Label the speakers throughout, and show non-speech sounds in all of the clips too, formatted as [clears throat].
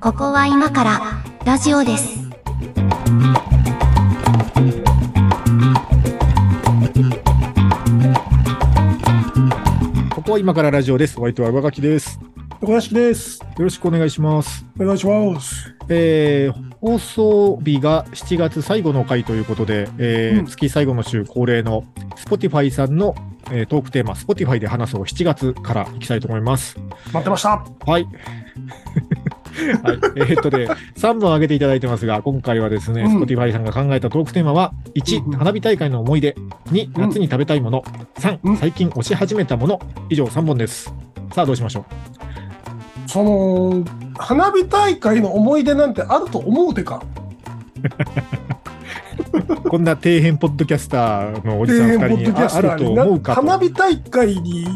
Speaker 1: 報は今からラジオです。
Speaker 2: ここは今からラジオです。ホワイトは上書きです。よ
Speaker 3: 小屋敷です。
Speaker 2: ろしくお願いします。
Speaker 3: お願いします。
Speaker 2: えー、放送日が7月最後の回ということで、えー
Speaker 3: うん
Speaker 2: 月最後の週恒例の Spotify さんの、えートークテーマ、Spotify で話そう7月からいきたいと思います。
Speaker 3: 待ってました。
Speaker 2: はい。 [laughs] はい、えーっとね、3本挙げていただいてますが、今回はですね、
Speaker 3: うん
Speaker 2: Spotify さんが考えたトークテーマは、
Speaker 3: うんう
Speaker 2: 1、
Speaker 3: ん
Speaker 2: 花火大会の思い出、2、
Speaker 3: うん
Speaker 2: 夏に食べたいもの、
Speaker 3: う
Speaker 2: 3、
Speaker 3: ん
Speaker 2: 最近推し始めたもの、以上3本です。さあ、どうしましょう
Speaker 3: その花火大会の思い出なんてあると思うてか。
Speaker 2: こんな底辺ポッドキャスターのおじさん2人にああると思うかと
Speaker 3: 花火大会に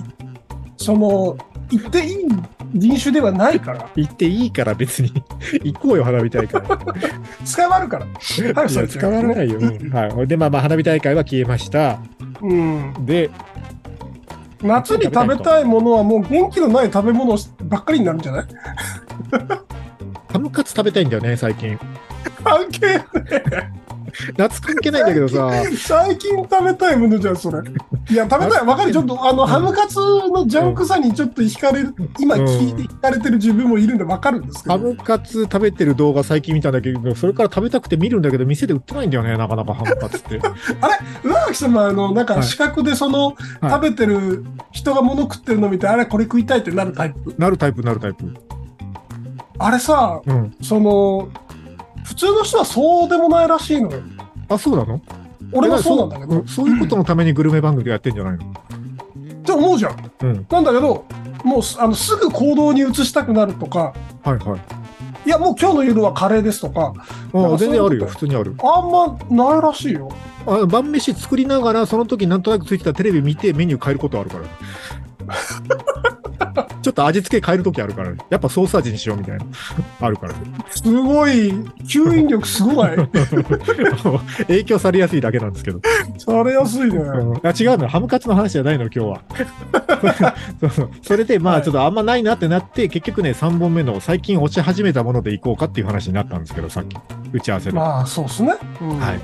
Speaker 3: その行っていい人種ではないから。
Speaker 2: 言っていいから別
Speaker 3: [laughs]
Speaker 2: に行こうよ花火大会
Speaker 3: 捕まるから。早く
Speaker 2: い
Speaker 3: [laughs] そ
Speaker 2: や
Speaker 3: れ
Speaker 2: 使われないよ、うんはい、でまあまあ花火大会は消えました
Speaker 3: うん。
Speaker 2: で
Speaker 3: 夏に食べたいものはもう元気のない食べ物ばっかりになるんじゃない？
Speaker 2: ハムカツ食べたいんだよね最近
Speaker 3: 関係
Speaker 2: 夏関係ないんだけど
Speaker 3: [laughs]
Speaker 2: さ
Speaker 3: 最近食べたいものじゃんそれ。いや食べたいわかるちょっとあのハムカツのジャンクさにちょっと惹かれる今聞いて惹かれてる自分もいるんでわかるんですけ
Speaker 2: ハ
Speaker 3: ど。
Speaker 2: ムカツ食べてる動画最近見たんだけどそれから食べたくて見るんだけど店で売ってないんだよねなかなかハムカツって [laughs]
Speaker 3: 上脇様あのなん
Speaker 2: は
Speaker 3: か
Speaker 2: い
Speaker 3: 視覚でその、
Speaker 2: い
Speaker 3: 食べてる人が物食ってるの見てあれこれ食いたいってなるタイプ。
Speaker 2: なるタイプなるタイプ
Speaker 3: あれさ
Speaker 2: うん
Speaker 3: その普通の人はそうでもないらしいのよ。
Speaker 2: あそうなの
Speaker 3: 俺はそうなんだけど。
Speaker 2: うそういうことのためにグルメ番組やってんじゃないの
Speaker 3: って思うじゃん。
Speaker 2: うん
Speaker 3: なんだけどもうすあのすぐ行動に移したくなるとか
Speaker 2: はいはい
Speaker 3: いやもう今日の夜はカレーですとか
Speaker 2: ああ全然ある
Speaker 3: そういうこ
Speaker 2: よ
Speaker 3: と
Speaker 2: 普通にある
Speaker 3: あんまないらしいよ。
Speaker 2: あ晩飯作りながらその時なんとなくついてたテレビ見てメニュー変えることあるから
Speaker 3: [laughs]
Speaker 2: ちょっと味付け変える時あるからねやっぱソース味にしようみたいなあるから [laughs] ね
Speaker 3: すごい吸引力
Speaker 2: [laughs]
Speaker 3: すごない。
Speaker 2: 影響されやすいだけなんですけど、
Speaker 3: されやすいね。
Speaker 2: うんあ違うのハムカツの話じゃないの今日は
Speaker 3: [laughs]
Speaker 2: そうそうそれでま
Speaker 3: は
Speaker 2: あ
Speaker 3: い
Speaker 2: ちょっとあんまないなってなって結局ね3本目の最近落ち始めたものでいこうかっていう話になったんですけどさっき打ち合わせの、
Speaker 3: まあそうですね。うん
Speaker 2: はい、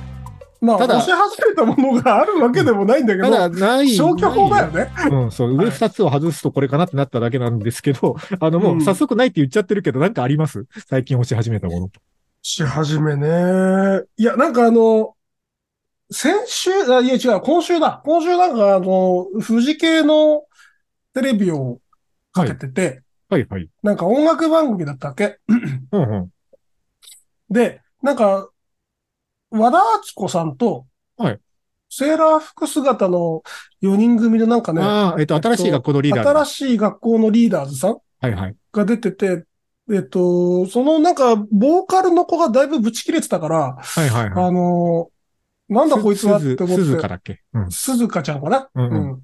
Speaker 3: まあ
Speaker 2: ただ
Speaker 3: 押し始めたものがあるわけでもないんだけ
Speaker 2: ただ
Speaker 3: ど、
Speaker 2: ない
Speaker 3: 消去法だよね。
Speaker 2: うん、そう、上
Speaker 3: はい
Speaker 2: 二つを外すとこれかなってなっただけなんですけど、あの、もううん早速ないって言っちゃってるけど、なんかあります最近押し始めたもの。
Speaker 3: し始めね。いや、なんかあの、先週、あいや違う、今週だ。今週なんかあの、富士系のテレビをかけてて、
Speaker 2: はいはい。
Speaker 3: なんか音楽番組だったっけ
Speaker 2: うんうん。
Speaker 3: で、なんか、和田アキ子さんと、
Speaker 2: はい
Speaker 3: セーラー服姿の4人組のなんかね、
Speaker 2: ああ、えっと、新しい学校のリーダー。
Speaker 3: 新しい学校のリーダーズさん
Speaker 2: はいはい。
Speaker 3: が出てて、えっと、そのなんか、ボーカルの子がだいぶブチ切れてたから、
Speaker 2: はいはいはい。
Speaker 3: あのーなんだこいつはって思
Speaker 2: 鈴
Speaker 3: っ
Speaker 2: か
Speaker 3: て、
Speaker 2: だっけうん。
Speaker 3: 鈴ずかちゃんかな。
Speaker 2: うんう
Speaker 3: うん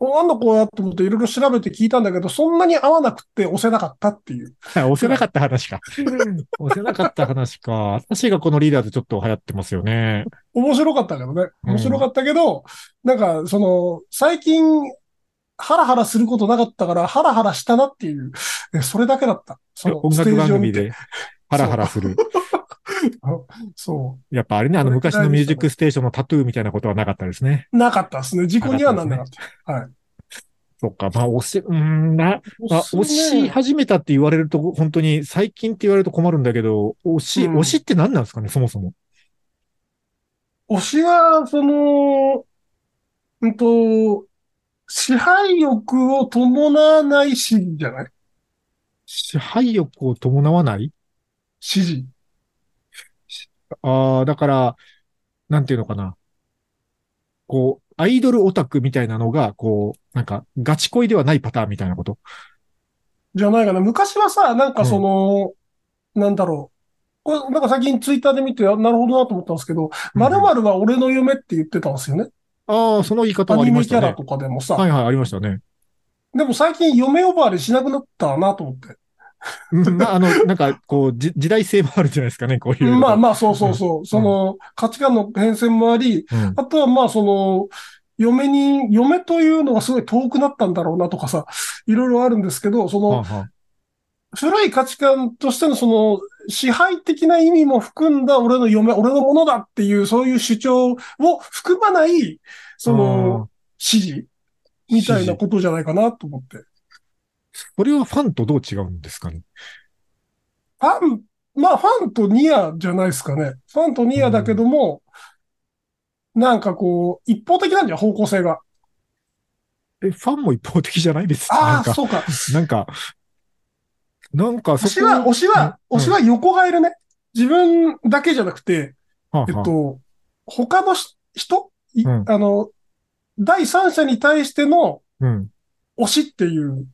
Speaker 3: おなんだこうやって思っていろいろ調べて聞いたんだけど、そんなに合わなくて押せなかったっていう。
Speaker 2: あ押せなかった話
Speaker 3: [laughs]
Speaker 2: か。押せなかった話か。新しい学校のリーダーズちょっと流行ってますよね。
Speaker 3: 面白かったけどね。
Speaker 2: うん
Speaker 3: 面白かったけど、なんか、その、最近、ハラハラすることなかったから、ハラハラしたなっていう、えそれだけだった。その
Speaker 2: 音楽番組
Speaker 3: ステージを見て
Speaker 2: でハラハラする。
Speaker 3: そ
Speaker 2: やっぱあれね、あの
Speaker 3: これく
Speaker 2: 昔
Speaker 3: らい
Speaker 2: のミュージックステーションのタトゥーみたいなことはなかったですね。
Speaker 3: う。なかったですね。事故にはなんなかった。
Speaker 2: そっか、まあ押せ、うーんな、あ、
Speaker 3: 押
Speaker 2: 押し始めたって言われると、本当に最近って言われると困るんだけど、押し、
Speaker 3: うん
Speaker 2: 押しって何なんですかね、そもそも。
Speaker 3: 推しは、その、うんと、支配欲を伴わない支持じゃない
Speaker 2: 支配欲を伴わない
Speaker 3: 支持。
Speaker 2: ああ、だから、なんていうのかな。こう、アイドルオタクみたいなのが、こう、なんか、ガチ恋ではないパターンみたいなこと。
Speaker 3: じゃないかな。昔はさ、なんかその、なんだろう。これ、なんか最近ツイッターで見て、あなるほどなと思ったんですけど、〇
Speaker 2: うん
Speaker 3: 〇は俺の夢って言ってたんですよね。
Speaker 2: ああ、その言い方
Speaker 3: ア
Speaker 2: もあ
Speaker 3: ニ
Speaker 2: りま
Speaker 3: メ
Speaker 2: し
Speaker 3: キャ
Speaker 2: た
Speaker 3: ラ
Speaker 2: ね。
Speaker 3: とかでも
Speaker 2: は
Speaker 3: さ。
Speaker 2: いはい、ありましたね。
Speaker 3: でも最近嫁呼ばわりしなくなったなと思って。
Speaker 2: うん、まあ、あ
Speaker 3: [laughs]
Speaker 2: の、なんか、こう、じ時代性もあるじゃないですかね、こういうの。
Speaker 3: まあまあ、そうそうそう。その、価値観の変遷もあり、
Speaker 2: うん
Speaker 3: あとはまあ、その、嫁に、嫁というのがすごい遠くなったんだろうなとかさ、いろいろあるんですけど、そ
Speaker 2: はあ
Speaker 3: の、
Speaker 2: は
Speaker 3: 古い価値観としてのその支配的な意味も含んだ俺の嫁、俺のものだっていうそういう主張を含まない、その、指示みたいなことじゃないかなと思って。
Speaker 2: これはファンとどう違うんですかね。
Speaker 3: ファン、まあファンとニアじゃないですかね。ファンとニアだけども、なんかこう、一方的なんじゃん、方向性が。
Speaker 2: え、ファンも一方的じゃないですな
Speaker 3: あ
Speaker 2: ん
Speaker 3: あ、
Speaker 2: か、
Speaker 3: そうか。
Speaker 2: なんか、なんか
Speaker 3: 推
Speaker 2: そ
Speaker 3: し
Speaker 2: こ
Speaker 3: は、推しは、
Speaker 2: うん
Speaker 3: 推しは横がいるね。自分だけじゃなくて、
Speaker 2: はあはあ
Speaker 3: えっと、他のし人、い
Speaker 2: うん
Speaker 3: あの、第三者に対しての
Speaker 2: うん。
Speaker 3: 推しっていう、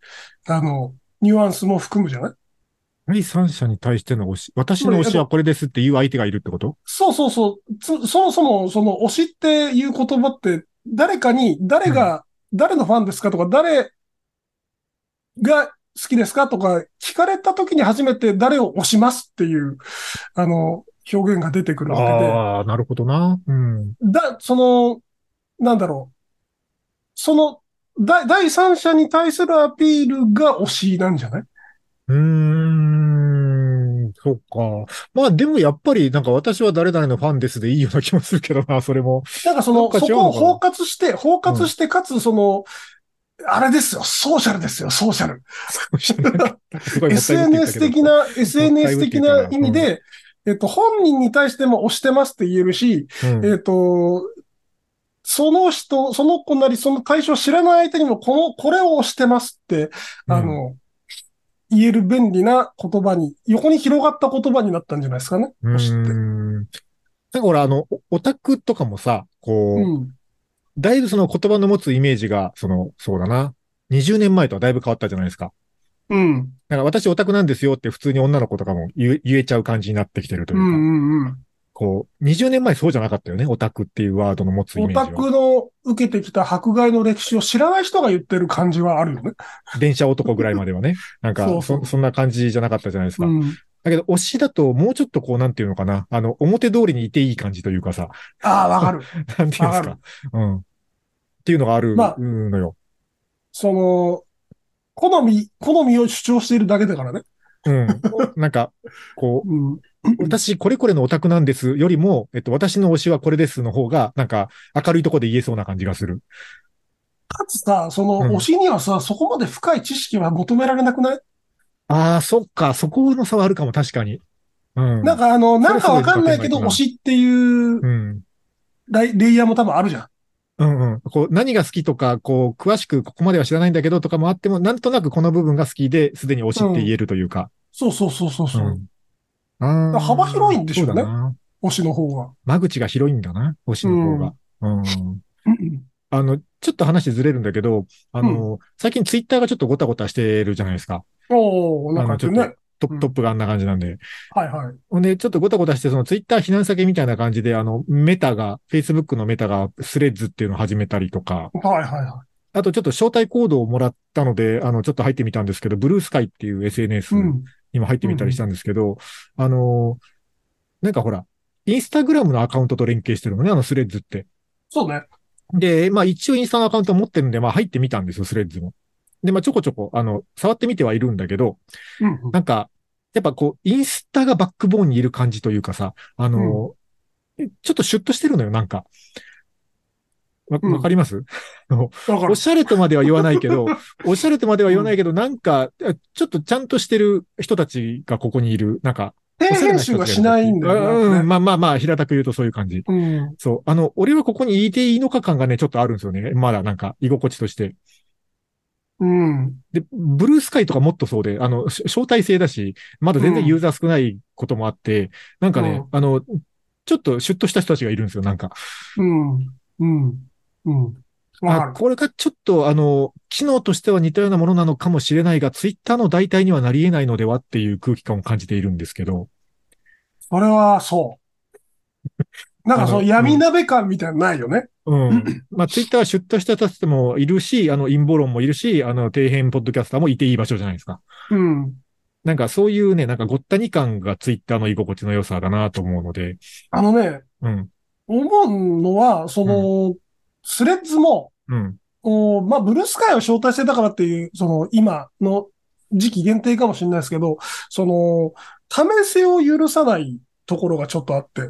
Speaker 3: あの、ニュアンスも含むじゃない
Speaker 2: 第三者に対しての推し、私の推しはこれですっていう相手がいるってこと
Speaker 3: そうそうそう。つそもそも、その推しっていう言葉って、誰かに、誰が、誰のファンですかとか、誰が好きですかとか、聞かれた時に初めて誰を推しますっていう、あの、表現が出てくるわけで。
Speaker 2: ああ、なるほどな。うん。
Speaker 3: だ、その、なんだろう。その、だ、第三者に対するアピールが推しなんじゃないう
Speaker 2: ーん、そっか。まあでもやっぱり、なんか私は誰々のファンですでいいような気もするけどな、 [laughs] それも。
Speaker 3: なんかそ
Speaker 2: なん
Speaker 3: の、
Speaker 2: か違
Speaker 3: そう
Speaker 2: の
Speaker 3: こを
Speaker 2: かな
Speaker 3: 包括して、包括して、かつその、あれですよ、ソーシャルですよ、ソーシャル。
Speaker 2: すごいもったいぶって言ったけ
Speaker 3: SNS
Speaker 2: ど
Speaker 3: 的な、
Speaker 2: もったい
Speaker 3: SNS
Speaker 2: ぶって
Speaker 3: 的
Speaker 2: 言った
Speaker 3: な
Speaker 2: な
Speaker 3: 意味で、えっと、本人に対しても推してますって言えるし、
Speaker 2: うん
Speaker 3: えっと、その人、その子なり、その対象を知らない相手にも、この、これを推してますって、あの、言える便利な言葉に、横に広がった言葉になったんじゃないですかね。
Speaker 2: うん、
Speaker 3: 知って
Speaker 2: うんなんかほら、あの、おオタクとかもさ、こう、
Speaker 3: うん。
Speaker 2: だいぶその言葉の持つイメージが、その、そうだな。20年前とはだいぶ変わったじゃないですか。
Speaker 3: うん。
Speaker 2: だから私オタクなんですよって普通に女の子とかも言え言えちゃう感じになってきてるといううか、
Speaker 3: ん。うん。
Speaker 2: こう、20年前そうじゃなかったよね、オタクっていうワードの持つイ
Speaker 3: オ
Speaker 2: メ
Speaker 3: タ
Speaker 2: ージは。
Speaker 3: クの受けてきた迫害の歴史を知らない人が言ってる感じはあるよね。
Speaker 2: 電車男ぐらいまではね。なんか
Speaker 3: そう
Speaker 2: そ
Speaker 3: そう
Speaker 2: そんな感じじゃなかったじゃないですか。
Speaker 3: うん。
Speaker 2: だけど、推しだともうちょっとこう、なんていうのかな。あの、表通りにいていい感じというかさ、 [laughs]
Speaker 3: ああ、わかる。
Speaker 2: なんていうんです
Speaker 3: わか
Speaker 2: か。うん。っていうのがある
Speaker 3: まあ
Speaker 2: のよ。
Speaker 3: その、好み、好みを主張しているだけだからね。
Speaker 2: うん。なんか、こう、
Speaker 3: うん。
Speaker 2: 私、これこれのオタクなんですよりも、えっと、私の推しはこれですの方が、なんか、明るいとこで言えそうな感じがする。
Speaker 3: かつさ、その
Speaker 2: うん
Speaker 3: 推しにはさ、そこまで深い知識は求められなくない
Speaker 2: ああ、そっか、そこの差はあるかも、確かに。うん。
Speaker 3: なんかあの、なんかわかんないけど
Speaker 2: それ
Speaker 3: 推
Speaker 2: はそ
Speaker 3: しっていう
Speaker 2: うん。
Speaker 3: ライレイヤーも多分あるじゃん。
Speaker 2: うんうん。こう、何が好きとか、こう、詳しくここまでは知らないんだけどとかもあっても、なんとなくこの部分が好きで、すでに推しって言えるというか。
Speaker 3: そうそうそうそうそう。
Speaker 2: うん。あー
Speaker 3: 幅広いんでしょうね
Speaker 2: そうだな。
Speaker 3: 推しの方は。
Speaker 2: 間口が広いんだな、推しの方が。うんあの、ちょっと話ずれるんだけど、あの、最近ツイッターがちょっとごたごたしてるじゃないですか。
Speaker 3: おおなんかやってる
Speaker 2: あ
Speaker 3: ね。
Speaker 2: ト
Speaker 3: うん
Speaker 2: ップトップがあんな感じなんで。
Speaker 3: はいはい。
Speaker 2: ほんで、ちょっとごたごたして、そのツイッター避難先みたいな感じで、あの、メタが、Facebook のメタがスレッズっていうのを始めたりとか、
Speaker 3: はいはいは
Speaker 2: あとちょっと招待コードをもらったので、あの、ちょっと入ってみたんですけど、ブルースカイっていう SNS
Speaker 3: い。うん。
Speaker 2: にも入ってみたりしたんですけど、あの、なんかほら、インスタグラムのアカウントと連携してるのね、あのスレッズって。
Speaker 3: そうね。
Speaker 2: で、まあ一応インスタのアカウント持ってるんで、まあ入ってみたんですよ、スレッズも。で、まあちょこちょこ、あの、触ってみてはいるんだけど、
Speaker 3: うん。
Speaker 2: なんか、やっぱこう、インスタがバックボーンにいる感じというかさ、あの、ちょっとシュッとしてるのよ、なんか。わ、
Speaker 3: うん
Speaker 2: わかります、
Speaker 3: だから
Speaker 2: お、しゃれとまでは言わないけ
Speaker 3: [laughs]
Speaker 2: ど、おしゃれとまでは言わないけど、なんか、ちょっとちゃんとしてる人たちがここにいる。なんか、おしゃ
Speaker 3: 低
Speaker 2: れ
Speaker 3: 編
Speaker 2: 人
Speaker 3: 集
Speaker 2: た
Speaker 3: が
Speaker 2: ち
Speaker 3: しないんだよ
Speaker 2: う
Speaker 3: ね
Speaker 2: ん、まあまあまあ、平たく言うとそういう感じ。
Speaker 3: うん。
Speaker 2: そう。あの、俺はここにいていいのか感がね、ちょっとあるんですよね。まだなんか、居心地として。
Speaker 3: うん。
Speaker 2: で、ブルースカイとかもっとそうで、あの、し招待制だし、まだ全然ユーザー少ないこともあって、なんかね、あの、ちょっとシュッとした人たちがいるんですよ、なんか。
Speaker 3: うん。うん。うん。わか
Speaker 2: あ
Speaker 3: る。
Speaker 2: これがちょっと、あの、機能としては似たようなものなのかもしれないが、ツイッターの代替にはなり得ないのではっていう空気感を感じているんですけど。
Speaker 3: それは、そう。
Speaker 2: [laughs]
Speaker 3: なんかその
Speaker 2: あの
Speaker 3: 闇鍋感みたいなのないよね。
Speaker 2: うん。まあ、ツイッターはシュッとした人たちもいるし、あの、陰謀論もいるし、あの、底辺ポッドキャスターもいていい場所じゃないですか。
Speaker 3: うん。
Speaker 2: なんかそういうね、なんかごったに感がツイッターの居心地の良さだなと思うので。
Speaker 3: あのね、
Speaker 2: うん。
Speaker 3: 思うのは、その、スレッズも、
Speaker 2: うん。
Speaker 3: おまあ、ブルースカイを招待制だからっていう、その、今の時期限定かもしれないですけど、その、試せを許さないところがちょっとあって、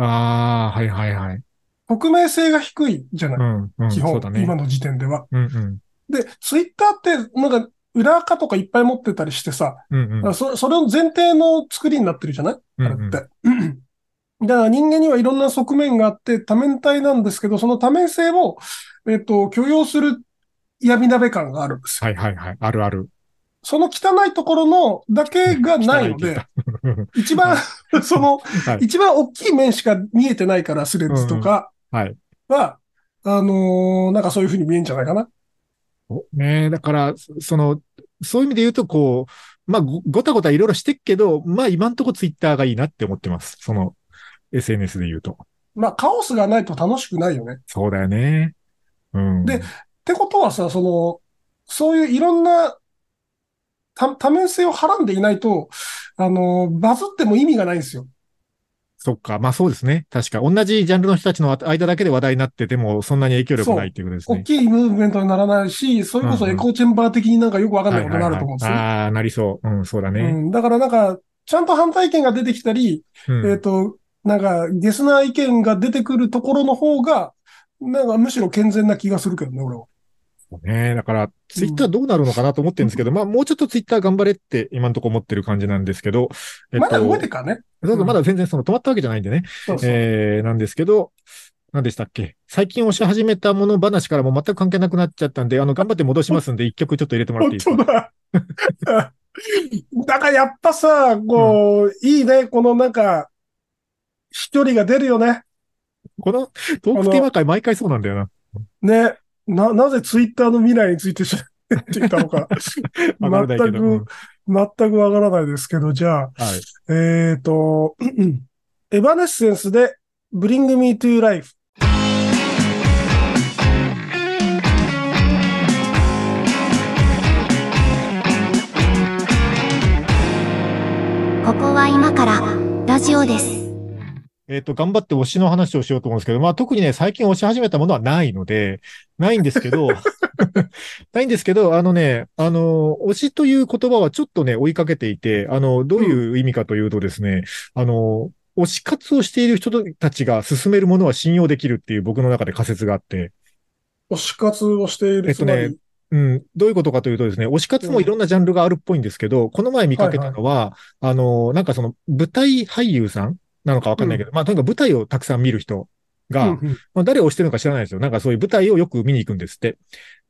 Speaker 2: ああ、はいはいはい。
Speaker 3: 匿名性が低いじゃな
Speaker 2: うん、
Speaker 3: い、
Speaker 2: うん、
Speaker 3: 基
Speaker 2: そ
Speaker 3: 本
Speaker 2: うだ、
Speaker 3: 今
Speaker 2: ね。
Speaker 3: の時点では。
Speaker 2: うん、うん、
Speaker 3: で、ツイッターって、なんか、裏垢とかいっぱい持ってたりしてさ、
Speaker 2: うん、うん。
Speaker 3: そそれを前提の作りになってるじゃないあれ
Speaker 2: うんう
Speaker 3: っ
Speaker 2: ん
Speaker 3: て。 [clears throat] だから人間にはいろんな側面があって多面体なんですけど、その多面性を、えっと、許容する闇鍋感があるんですよ。
Speaker 2: はいはいはい。あるある。
Speaker 3: その汚いところのだけがないの
Speaker 2: 汚
Speaker 3: で、
Speaker 2: って言った。
Speaker 3: 一番、 [laughs] そ
Speaker 2: [laughs]
Speaker 3: の、
Speaker 2: はい
Speaker 3: 一番大きい面しか見えてないから、スレッズとか
Speaker 2: うんはい
Speaker 3: は、あのーなんかそういう風に見えるんじゃないかな。
Speaker 2: おねえ、だから、そその、そういう意味で言うと、こう、まあ、ごごたごたいろいろしてっけど、まあ、今んとこツイッターがいいなって思ってます。その、SNS で言うと。
Speaker 3: まあ、カオスがないと楽しくないよね。
Speaker 2: そうだよね。うん。
Speaker 3: でってことはさ、その、そういういろんなた多面性をはらんでいないと、あの、バズっても意味がないんですよ。
Speaker 2: そっか。まあ、そうですね。確か。同じジャンルの人たちの間だけで話題になってても、そんなに影響力ないっていうことです
Speaker 3: 大
Speaker 2: ね。
Speaker 3: きいムーブメントにならないし、それこそエコーチェンバー的になんかよくわかんないことになると思うんですよ。
Speaker 2: ああー、なりそう。うん、そうだね。
Speaker 3: うん、だからなんか、ちゃんと反対意見が出てきたり、
Speaker 2: うん。
Speaker 3: えっ、と、なんか、ゲスな意見が出てくるところの方が、なんかむしろ健全な気がするけどね、俺は。
Speaker 2: ねだから、ツイッターどうなるのかなと思ってるんですけど、まあ、もうちょっとツイッター頑張れって今んとこ思ってる感じなんですけど、えっと
Speaker 3: まだ動いてるからね。
Speaker 2: そうそうまだ全然その止まったわけじゃないんでね。
Speaker 3: そうそう。
Speaker 2: えー、なんですけど、何でしたっけ最近押し始めたもの話からも全く関係なくなっちゃったんで、あの、頑張って戻しますんで、一曲ちょっと入れてもらっていいですか
Speaker 3: 本当だ。 [laughs] だからやっぱさ、こう、いいね、このなんか、飛距離が出るよね。
Speaker 2: このトークテーマ会毎回そうなんだよな。
Speaker 3: ね。な、なぜツイッターの未来についてしゃべってきたのか。全
Speaker 2: [laughs]
Speaker 3: く、
Speaker 2: わからないけど。うん
Speaker 3: 全くわからないですけど、じゃあ、
Speaker 2: はい。
Speaker 3: えっ、と、 [clears throat] エバネッセンスで、Bring Me to Life。
Speaker 1: ここは今からラジオです。
Speaker 2: えっ、と、頑張って推しの話をしようと思うんですけど、まあ特にね、最近推し始めたものはないので、ないんですけ [laughs] ど、ないんですけど、あのね、あの、推しという言葉はちょっとね、追いかけていて、あの、どういう意味かというとですね、あの、推し活をしている人たちが勧めるものは信用できるっていう僕の中で仮説があって、
Speaker 3: 推し活をしている、
Speaker 2: えっとね
Speaker 3: つまり
Speaker 2: うん、どういうことかというとですね、推し活もいろんなジャンルがあるっぽいんですけど、この前見かけたのは、あの、なんかその舞台俳優さんなのかわかんないけど、まあとにかく舞台をたくさん見る人が、
Speaker 3: うんうん
Speaker 2: まあ、誰を推してるのか知らないですよ。なんかそういう舞台をよく見に行くんですって。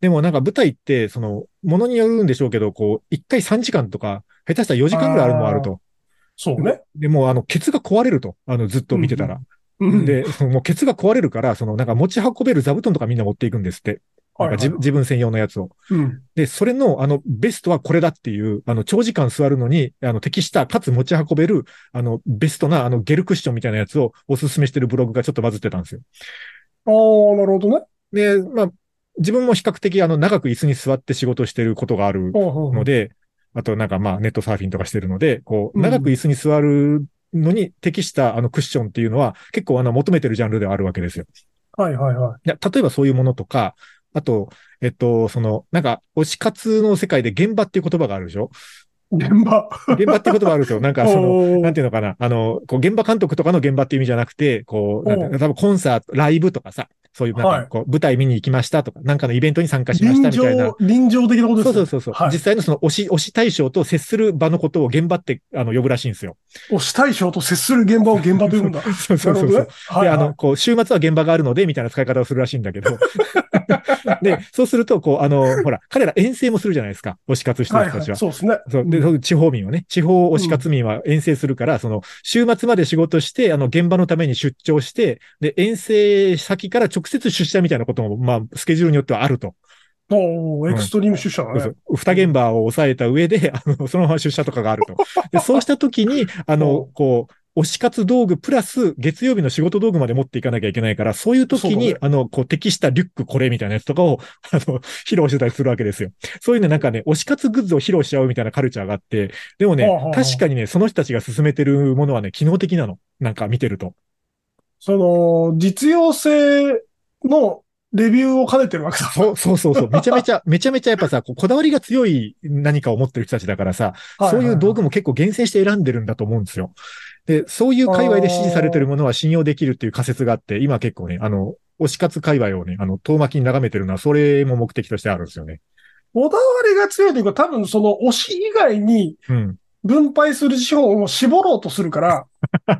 Speaker 2: でもなんか舞台って、その、ものによるんでしょうけど、こう、1回3時間とか、下手したら4時間ぐらいあるのもあると。
Speaker 3: そうね。
Speaker 2: で、もうあの、ケツが壊れると。あの、ずっと見てたら。
Speaker 3: うん、
Speaker 2: で、そのもうケツが壊れるから、そのなんか持ち運べる座布団とかみんな持っていくんですって。な
Speaker 3: は
Speaker 2: ん
Speaker 3: いは
Speaker 2: か
Speaker 3: い
Speaker 2: 自自分専用のやつを。
Speaker 3: うん
Speaker 2: で、それの、あの、ベストはこれだっていう、あの、長時間座るのに、あの、適した、かつ持ち運べる、あの、ベストな、あの、ゲルクッションみたいなやつをお勧めしてるブログがちょっとバズってたんですよ。
Speaker 3: ああ、なるほどね。
Speaker 2: で、まあ、自分も比較的あの長く椅子に座って仕事してることがある
Speaker 3: ほう
Speaker 2: ので、あとなんかまあネットサーフィンとかしてるので、こう、
Speaker 3: うん
Speaker 2: 長く椅子に座るのに適したあのクッションっていうのは結構あの求めてるジャンルではあるわけですよ。
Speaker 3: はいはいはい。
Speaker 2: いや、例えばそういうものとか、あと、えっと、その、なんか、推し活の世界で現場っていう言葉があるでしょ
Speaker 3: 現場。
Speaker 2: 現場っていう言葉あるんですよ。なんか、その、
Speaker 3: おー
Speaker 2: なんていうのかな、あの、こう、現場監督とかの現場っていう意味じゃなくて、こう、なんていうの多分コンサート、ライブとかさ、そういう、な
Speaker 3: は
Speaker 2: ん
Speaker 3: い
Speaker 2: か、こう、舞台見に行きましたとか、なんかのイベントに参加しましたみたいな。
Speaker 3: 臨場、臨場的なことです
Speaker 2: そう
Speaker 3: ね。
Speaker 2: そうそうそう、
Speaker 3: はい
Speaker 2: 実際のその推し、推し対象と接する場のことを現場って、あの、呼ぶらしいんですよ。
Speaker 3: 推し対象と接する現場を現場と呼ぶんだ。なる
Speaker 2: そうそ
Speaker 3: ほ
Speaker 2: う
Speaker 3: ど
Speaker 2: そう
Speaker 3: ね。
Speaker 2: そう。
Speaker 3: はい
Speaker 2: で、
Speaker 3: は
Speaker 2: あ
Speaker 3: い。
Speaker 2: の、こう、週末は現場があるので、みたいな使い方をするらしいんだけ
Speaker 3: [laughs]
Speaker 2: ど。で、そうすると、こう、あの、ほら、彼ら遠征もするじゃないですか。推し活して
Speaker 3: は
Speaker 2: る
Speaker 3: い
Speaker 2: 人たち
Speaker 3: はい。
Speaker 2: は。
Speaker 3: そうですね。
Speaker 2: そう、で、
Speaker 3: うん
Speaker 2: そういう地方民はね、地方推し活民は遠征するから、その、週末まで仕事して、あの、現場のために出張して、で、遠征先から直接出社みたいなことも、まあ、スケジュールによってはあると。
Speaker 3: おーエクストリーム出社だ
Speaker 2: そうそ
Speaker 3: ね。
Speaker 2: う。二現場を抑えた上で、 [laughs] あの、そのまま出社とかがあると。で、そうした時に、あ
Speaker 3: お
Speaker 2: の、こう、推し活道具プラス月曜日の仕事道具まで持っていかなきゃいけないから、そういう時
Speaker 3: そう
Speaker 2: に、
Speaker 3: だね
Speaker 2: あの、こう適したリュックこれみたいなやつとかを、 [laughs] あの、披露してたりするわけですよ。そういうね、なんかね、推し活グッズを披露しちゃうみたいなカルチャーがあって、でも
Speaker 3: ほうほうほ
Speaker 2: ね
Speaker 3: う、
Speaker 2: 確かにね、その人たちが進めてるものはね、機能的なの。なんか見てると。
Speaker 3: その、実用性のレビューを兼ねてるわけだ。
Speaker 2: そう、そうそうそう。めちゃめちゃ、めちゃめちゃやっぱさ、こうこだわりが強い何かを持ってる人たちだからさ、そういう道具も結構厳選して選んでるんだと思うんですよ。で、そういう界隈で支持されてるものは信用できるっていう仮説があって、今結構ね、あの、推し活界隈をね、あの、遠巻きに眺めてるのは、それも目的としてあるんですよね。
Speaker 3: こだわりが強いというか、多分その推し以外に
Speaker 2: うん。 [laughs]
Speaker 3: 分配する資本を絞ろうとするから、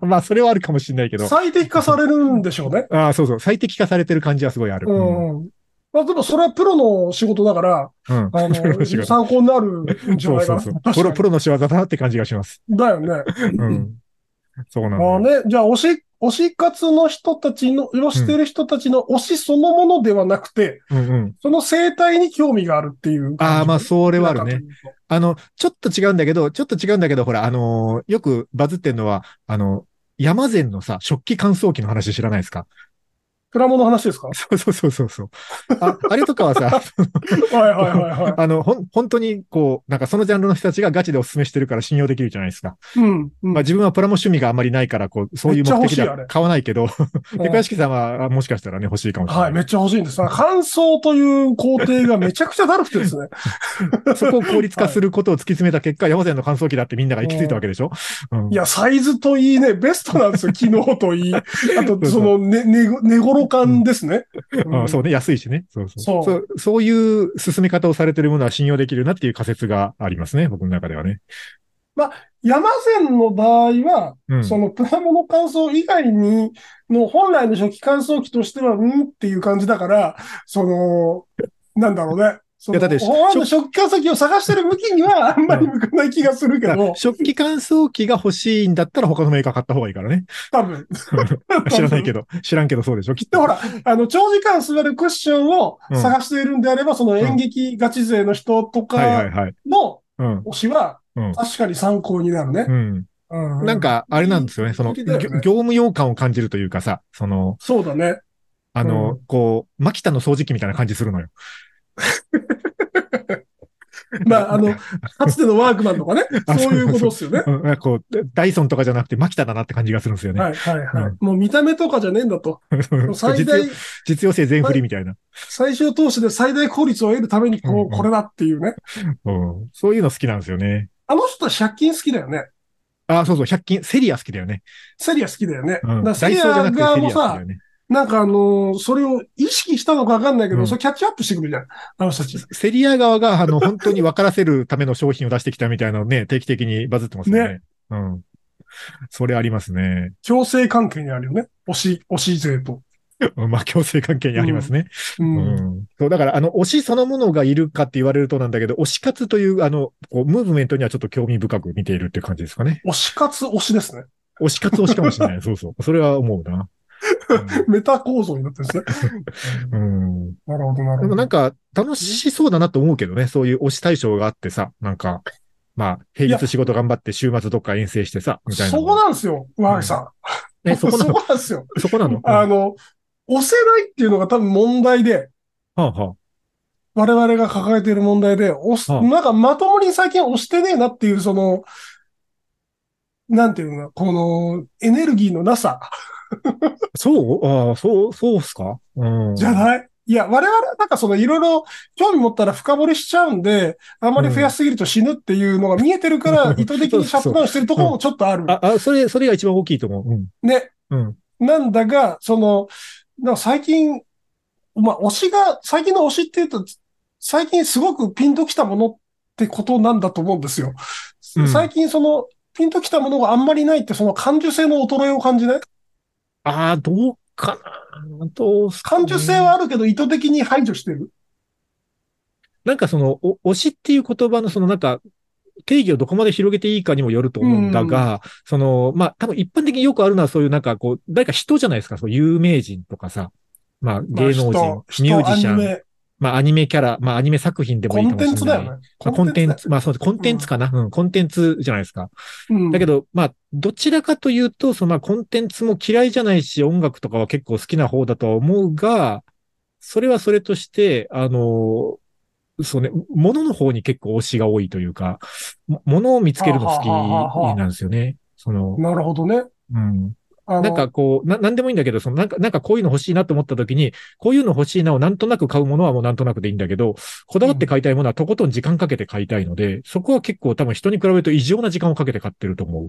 Speaker 2: まあ、それはあるかもしれないけど。
Speaker 3: 最適化されるんでしょうね。
Speaker 2: ああ、そうそう。最適化されてる感じはすごいある。 [laughs] うん。
Speaker 3: うん。まあ、でもそれはプロの仕事だから、
Speaker 2: うん
Speaker 3: あ
Speaker 2: [laughs] プロの仕
Speaker 3: の、
Speaker 2: 事
Speaker 3: 参考になるんじゃ
Speaker 2: そ
Speaker 3: な
Speaker 2: う
Speaker 3: いか
Speaker 2: そうそ
Speaker 3: な。
Speaker 2: う
Speaker 3: 確か。に
Speaker 2: プロ、プロの仕業だなって感じがします。
Speaker 3: だよね。
Speaker 2: うん。そうなんだ
Speaker 3: まあ
Speaker 2: よ。
Speaker 3: ね、じゃあ、推し、推し活の人たちの、推してる人たちの推しそのものではなくて、
Speaker 2: うんうん。
Speaker 3: その生態に興味があるっていう感じ。
Speaker 2: ああ、まあ、それはある
Speaker 3: なん
Speaker 2: ね
Speaker 3: か。というと。
Speaker 2: あの、ちょっと違うんだけど、ちょっと違うんだけど、ほら、あのーよくバズってんのは、あの、山善のさ、食器乾燥機の話知らないですか
Speaker 3: プラモの話ですか
Speaker 2: そうそうそうそうそう。あ、あれとかはさ、 [laughs]
Speaker 3: はいはいはいは
Speaker 2: あの、ほん、本当に、こう、なんかそのジャンルの人たちがガチでお勧めしてるから信用できるじゃないですか。 [laughs]
Speaker 3: い。うん。うん
Speaker 2: まあ自分はプラモ趣味があまりないから、こう、そういう目的で
Speaker 3: めっちゃ欲しいあれ
Speaker 2: は買わないけど、
Speaker 3: うん
Speaker 2: で、倉敷さんはあもしかしたらね、欲しいかもしれない。
Speaker 3: はい、めっちゃ欲しいんです。乾燥という工程がめちゃくちゃだるくてですね。
Speaker 2: そこを効率化することを突き詰めた結果、山善の乾燥機だってみんなが行き着いたわけでしょ、うん
Speaker 3: いや、サイズといいね、ベストなん
Speaker 2: [laughs]
Speaker 3: ですよ。機能といい。あと、その、ね、ね、寝頃感ですね。。
Speaker 2: うんそううね、安いしね。そうそう
Speaker 3: そう
Speaker 2: そう。そういう進め方をされてるものは信用できるなっていう仮説がありますね、僕の中ではね。
Speaker 3: 山善の場合は、
Speaker 2: うん。
Speaker 3: そのプラモの乾燥以外に、の本来の初期乾燥機としては、うんっていう感じだから、その、なんだろうね。その
Speaker 2: いやだって
Speaker 3: 本来の初期乾燥機を探してる向きには、あんまり向かない気がするけ
Speaker 2: だから
Speaker 3: ど、
Speaker 2: 食器乾燥機が欲しいんだったら他のメーカー買った方がいいからね。
Speaker 3: 多分。
Speaker 2: [laughs] 知らないけど、知らんけどそうでしょ、きっ
Speaker 3: で、
Speaker 2: と。
Speaker 3: ほら、あの、長時間座るクッションを探しているんであれば、その演劇ガチ勢の人と
Speaker 2: はいはい
Speaker 3: か
Speaker 2: はい。
Speaker 3: の
Speaker 2: うん。
Speaker 3: 推しは
Speaker 2: うん、
Speaker 3: 確かに参考になるね
Speaker 2: う。ん。
Speaker 3: う
Speaker 2: なん、か、あれなんですよね。その、
Speaker 3: い
Speaker 2: ぎ
Speaker 3: い時
Speaker 2: ょ
Speaker 3: だよね
Speaker 2: 業務用感を感じるというかさ、その、
Speaker 3: そうだね。
Speaker 2: あの、こう、マキタの掃除機みたいな感じするのよ。
Speaker 3: まあ、あの、かつてのワークマンとかね
Speaker 2: [laughs] あ、
Speaker 3: そういうことですよね。
Speaker 2: うん、こう、ダイソンとかじゃなくてマキタだなって感じがするんですよね。
Speaker 3: はいはいは
Speaker 2: う
Speaker 3: い。もう見た目とかじゃねえんだと。最
Speaker 2: 実
Speaker 3: 大
Speaker 2: 用、実用性全振りみたいな、
Speaker 3: 最終投資で最大効率を得るために、
Speaker 2: うんう
Speaker 3: こ
Speaker 2: ん
Speaker 3: う、これだっていうね。
Speaker 2: うん。そういうの好きなんですよね。
Speaker 3: あの人は借金好きだよね。
Speaker 2: あ、そうそう、100均、セリア好きだよね。
Speaker 3: セリア好きだよね。
Speaker 2: う
Speaker 3: だ
Speaker 2: ん。
Speaker 3: からセ
Speaker 2: ダイ
Speaker 3: リ
Speaker 2: ソーじゃ
Speaker 3: ア
Speaker 2: なくて
Speaker 3: 側
Speaker 2: セリア
Speaker 3: も
Speaker 2: 好きだ
Speaker 3: さ
Speaker 2: よ、ね。
Speaker 3: なんかあのーそれを意識したのかわかんないけ
Speaker 2: う
Speaker 3: ど、
Speaker 2: ん
Speaker 3: それキャッチアップしてくるじゃん。あの人たち。
Speaker 2: セリア側が、あの、本当に分からせるための商品を出してきたみたいなのね、定期的にバズってますよね。うん。それありますね。 [laughs]
Speaker 3: 強制関係にあるよね。推し、推し勢と。
Speaker 2: うんまあ、強制関係にありますね。
Speaker 3: う。
Speaker 2: うんそう、だから、あの、推しそのものがいるかって言われるとなんだけど、推し活という、あの、こう、ムーブメントにはちょっと興味深く見ているっていう感じですかね。
Speaker 3: 推し活推しですね。
Speaker 2: 推し活推しかもしれ [laughs] ない。そうそう。それは思うな。
Speaker 3: メタ構造になってるんですね。
Speaker 2: うん。
Speaker 3: なるほど、な
Speaker 2: で
Speaker 3: る
Speaker 2: も
Speaker 3: ほ
Speaker 2: なん
Speaker 3: ど。
Speaker 2: か、楽しそうだなと思うけどね、そういう推し対象があってさ、なんか、まあ、平日仕事頑張って週末どっか遠征してさ、みたいな。
Speaker 3: そこなんですよ、上垣さん。
Speaker 2: ね、そこな
Speaker 3: [laughs] そ
Speaker 2: の
Speaker 3: こなんですよ。
Speaker 2: そこなの
Speaker 3: あの、押せないっていうのが多分問題で、
Speaker 2: うんはあは
Speaker 3: 我々が抱えている問題で、押す、
Speaker 2: うん
Speaker 3: なんかまともに最近押してねえなっていう、その、なんていうのかな、この、エネルギーのなさ。
Speaker 2: あそうああ、そう、そうっすかうん。
Speaker 3: じゃ
Speaker 2: い
Speaker 3: ないいや、我々はなんかそのいろいろ興味持ったら深掘りしちゃうんで、あんまり増やしすぎると死ぬっていうのが見えてるから、意図的にシャットダウンしてるところもちょっとある。
Speaker 2: あ、あ、それ、それが一番大きいと思う。うん。
Speaker 3: ね。
Speaker 2: うん。
Speaker 3: なんだが、その、なんか最近、まあ推しが、最近の推しっていうと、最近すごくピンときたものってことなんだと思うんですよ。
Speaker 2: うん
Speaker 3: 最近その、ピンときたものがあんまりないって、その感受性の衰えを感じない
Speaker 2: ああ、どうかなどうっすかね
Speaker 3: 感受性はあるけど意図的に排除してる。
Speaker 2: なんかその、お推しっていう言葉のそのなんか、定義をどこまで広げていいかにもよると思うんだが、その、まあ、多分一般的によくあるのはそういうなんかこう、誰か人じゃないですか、そう有名人とかさ、まあ、芸能人、
Speaker 3: まあ人
Speaker 2: ミュージシャ
Speaker 3: 人アニ
Speaker 2: ン、
Speaker 3: メ
Speaker 2: まあ、アニメキャラ、まあ、アニメ作品でも
Speaker 3: コ
Speaker 2: いいか
Speaker 3: ン
Speaker 2: もし
Speaker 3: テ
Speaker 2: れ
Speaker 3: ンツ
Speaker 2: な
Speaker 3: だ
Speaker 2: い。
Speaker 3: よね。
Speaker 2: まあ、コンテ
Speaker 3: だ
Speaker 2: ン
Speaker 3: よ
Speaker 2: ツ、まあそうです、コンテンツかな、うん、コンテンツじゃないですか。
Speaker 3: うん
Speaker 2: だけど、まあ、どちらかというと、そのまあコンテンツも嫌いじゃないし、音楽とかは結構好きな方だとは思うが、それはそれとして、あの、そうね、ものの方に結構推しが多いというか、ものを見つけるの
Speaker 3: はあはあはあは
Speaker 2: 好
Speaker 3: あ
Speaker 2: きなんですよね。その、
Speaker 3: なるほどね。
Speaker 2: うん。
Speaker 3: あの
Speaker 2: なんかこう、な、なんでもいいんだけど、その、なんか、なんかこういうの欲しいなと思った時に、こういうの欲しいなをなんとなく買うものはもうなんとなくでいいんだけど、こだわって買いたいものはとことん時間かけて買いたいので、そこは結構多分人に比べると異常な時間をかけて買ってると思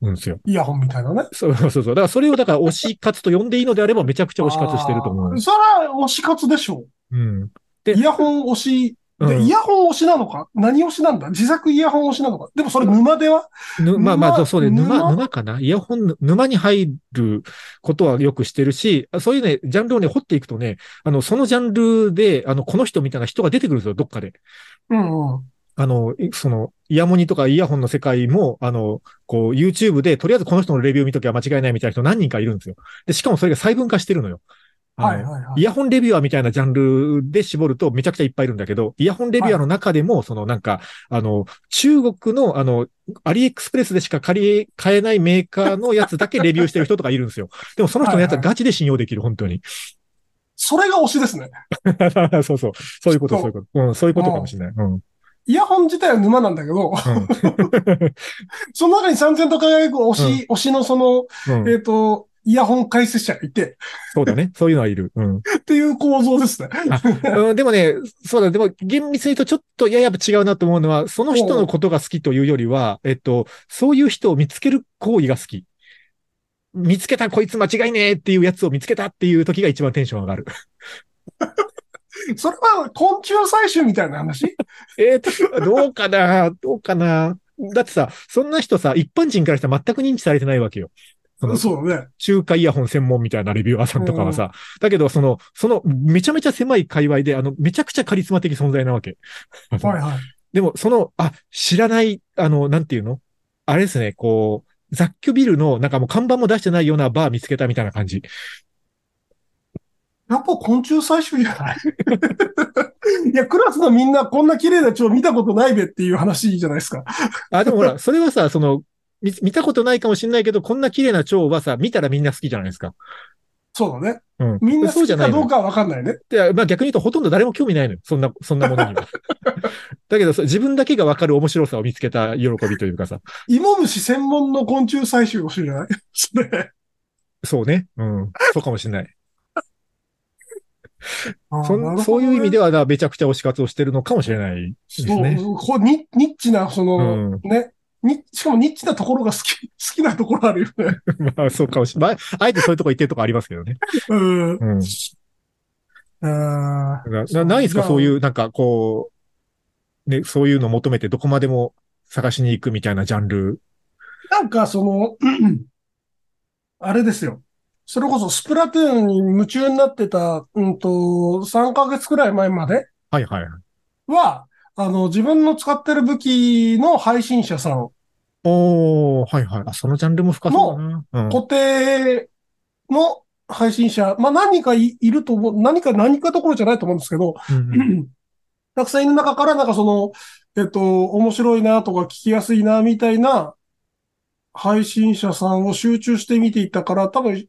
Speaker 2: うんですよ。
Speaker 3: イヤホンみたいなね。
Speaker 2: そうそうそう。だからそれをだから推し活と呼んでいいのであればめちゃくちゃ推し活してると思う
Speaker 3: あー。それは推し活でしょ
Speaker 2: うん。
Speaker 3: う。
Speaker 2: で
Speaker 3: イヤホン推し、
Speaker 2: う
Speaker 3: で
Speaker 2: ん
Speaker 3: イヤホン推しなのか何推しなんだ自作イヤホン推しなのかでもそれ沼では
Speaker 2: ぬまあまあ、そうそうで、
Speaker 3: 沼
Speaker 2: 沼、沼かなイヤホン、沼に入ることはよくしてるし、そういうね、ジャンルをね、掘っていくとね、あの、そのジャンルで、あの、この人みたいな人が出てくるんですよ、どっかで。
Speaker 3: うんうん。
Speaker 2: あの、いその、イヤモニとかイヤホンの世界も、あの、こう、YouTube で、とりあえずこの人のレビュー見ときは間違いないみたいな人何人かいるんですよ。で、しかもそれが細分化してるのよ。あの
Speaker 3: はいはいはい。
Speaker 2: イヤホンレビュアーみたいなジャンルで絞るとめちゃくちゃいっぱいいるんだけど、イヤホンレビュアーの中でも、そのなんか、あの、中国の、あの、アリエクスプレスでしか借り、買えないメーカーのやつだけレビューしてる人とかいるんですよ。でもその人のやつはガチで信用できる、本当に。
Speaker 3: それが推しですね。
Speaker 2: [laughs] そうそう。そういうこと、そういうこと。うん、そういうことかもしれない。うん。うん。
Speaker 3: イヤホン自体は沼なんだけど、 [laughs] その中に三千と輝く推し、推しのその、
Speaker 2: うん
Speaker 3: [laughs] えっ、と、イヤホン解説者がいて、
Speaker 2: そうだね。そういうのはいる。うん。
Speaker 3: っていう構造ですね。
Speaker 2: [laughs] うん、でもね、そうだ、でも厳密に言うとちょっとやや違うなと思うのは、その人のことが好きというよりは、えっと、そういう人を見つける行為が好き。見つけた、こいつ間違いねえっていうやつを見つけたっていう時が一番テンション上がる。
Speaker 3: それは昆虫採集みたいな話
Speaker 2: えっと、どうかなどうかなだってさ、そんな人さ、一般人からしたら全く認知されてないわけよ。その
Speaker 3: そうだね。
Speaker 2: 中華イヤホン専門みたいなレビューアーさんとかはさ。だけど、その、その、めちゃめちゃ狭い界隈で、あの、めちゃくちゃカリスマ的存在なわけ。
Speaker 3: はいはい。
Speaker 2: でも、その、あ、知らない、あの、なんていうのあれですね、こう、雑居ビルの、なんかもう看板も出してないようなバー見つけたみたいな感じ。
Speaker 3: やっぱ昆虫採集じゃ
Speaker 2: [laughs]
Speaker 3: ないいや、クラスのみんなこんな綺麗な蝶見たことないべっていう話じゃないですか。
Speaker 2: あ、でもほ
Speaker 3: [laughs]
Speaker 2: ら、それはさ、その、見見たことないかもしれないけど、こんな綺麗な蝶はさ、見たらみんな好きじゃないですか。
Speaker 3: そうだね。
Speaker 2: うん。
Speaker 3: みんな
Speaker 2: そう
Speaker 3: 好
Speaker 2: じ
Speaker 3: き
Speaker 2: ゃな
Speaker 3: か
Speaker 2: いの
Speaker 3: ど
Speaker 2: よ
Speaker 3: うかはわかんないね。
Speaker 2: で、まあ逆に言うとほとんど誰も興味ないのよ。そんな、そんなものに
Speaker 3: [laughs]
Speaker 2: は。だけどそう自分だけがわかる面白さを見つけた喜びというかさ。
Speaker 3: 芋虫専門の昆虫採集をしいじゃない [laughs] それ。
Speaker 2: そうね。うん。そうかもしれない。
Speaker 3: あー
Speaker 2: そ
Speaker 3: なるほど
Speaker 2: ん
Speaker 3: ね
Speaker 2: そういう意味では、だからめちゃくちゃ推し活をしてるのかもしれないです
Speaker 3: そう
Speaker 2: ね。
Speaker 3: こうニニッチな、その、
Speaker 2: うん
Speaker 3: ね。に、しかもニッチなところが好き、 [laughs] 好きなところあるよね。 [laughs]
Speaker 2: まあ、そうかもしれない。まああえてそういうとこ行ってるとこありますけどね。
Speaker 3: うん。
Speaker 2: うん。
Speaker 3: あー
Speaker 2: な
Speaker 3: そう
Speaker 2: なないですか
Speaker 3: じゃあ
Speaker 2: そういう、なんかこう、ね、そういうの求めてどこまでも探しに行くみたいなジャンル。
Speaker 3: なんかその、 [clears throat] あれですよ。それこそスプラトゥーンに夢中になってた、うんと、3ヶ月くらい前まで
Speaker 2: はいはいはい。
Speaker 3: は、あの、自分の使ってる武器の配信者さん、
Speaker 2: おー、はいはい。あ、そのジャンルも深そうだな。うん。
Speaker 3: 固定の配信者、まあ何人かいいると思う、何か何かどころじゃないと思うんですけど、
Speaker 2: うんうん
Speaker 3: [clears throat] たくさんいる中から、なんかその、えっと、面白いなとか聞きやすいなみたいな配信者さんを集中して見ていったから、多分、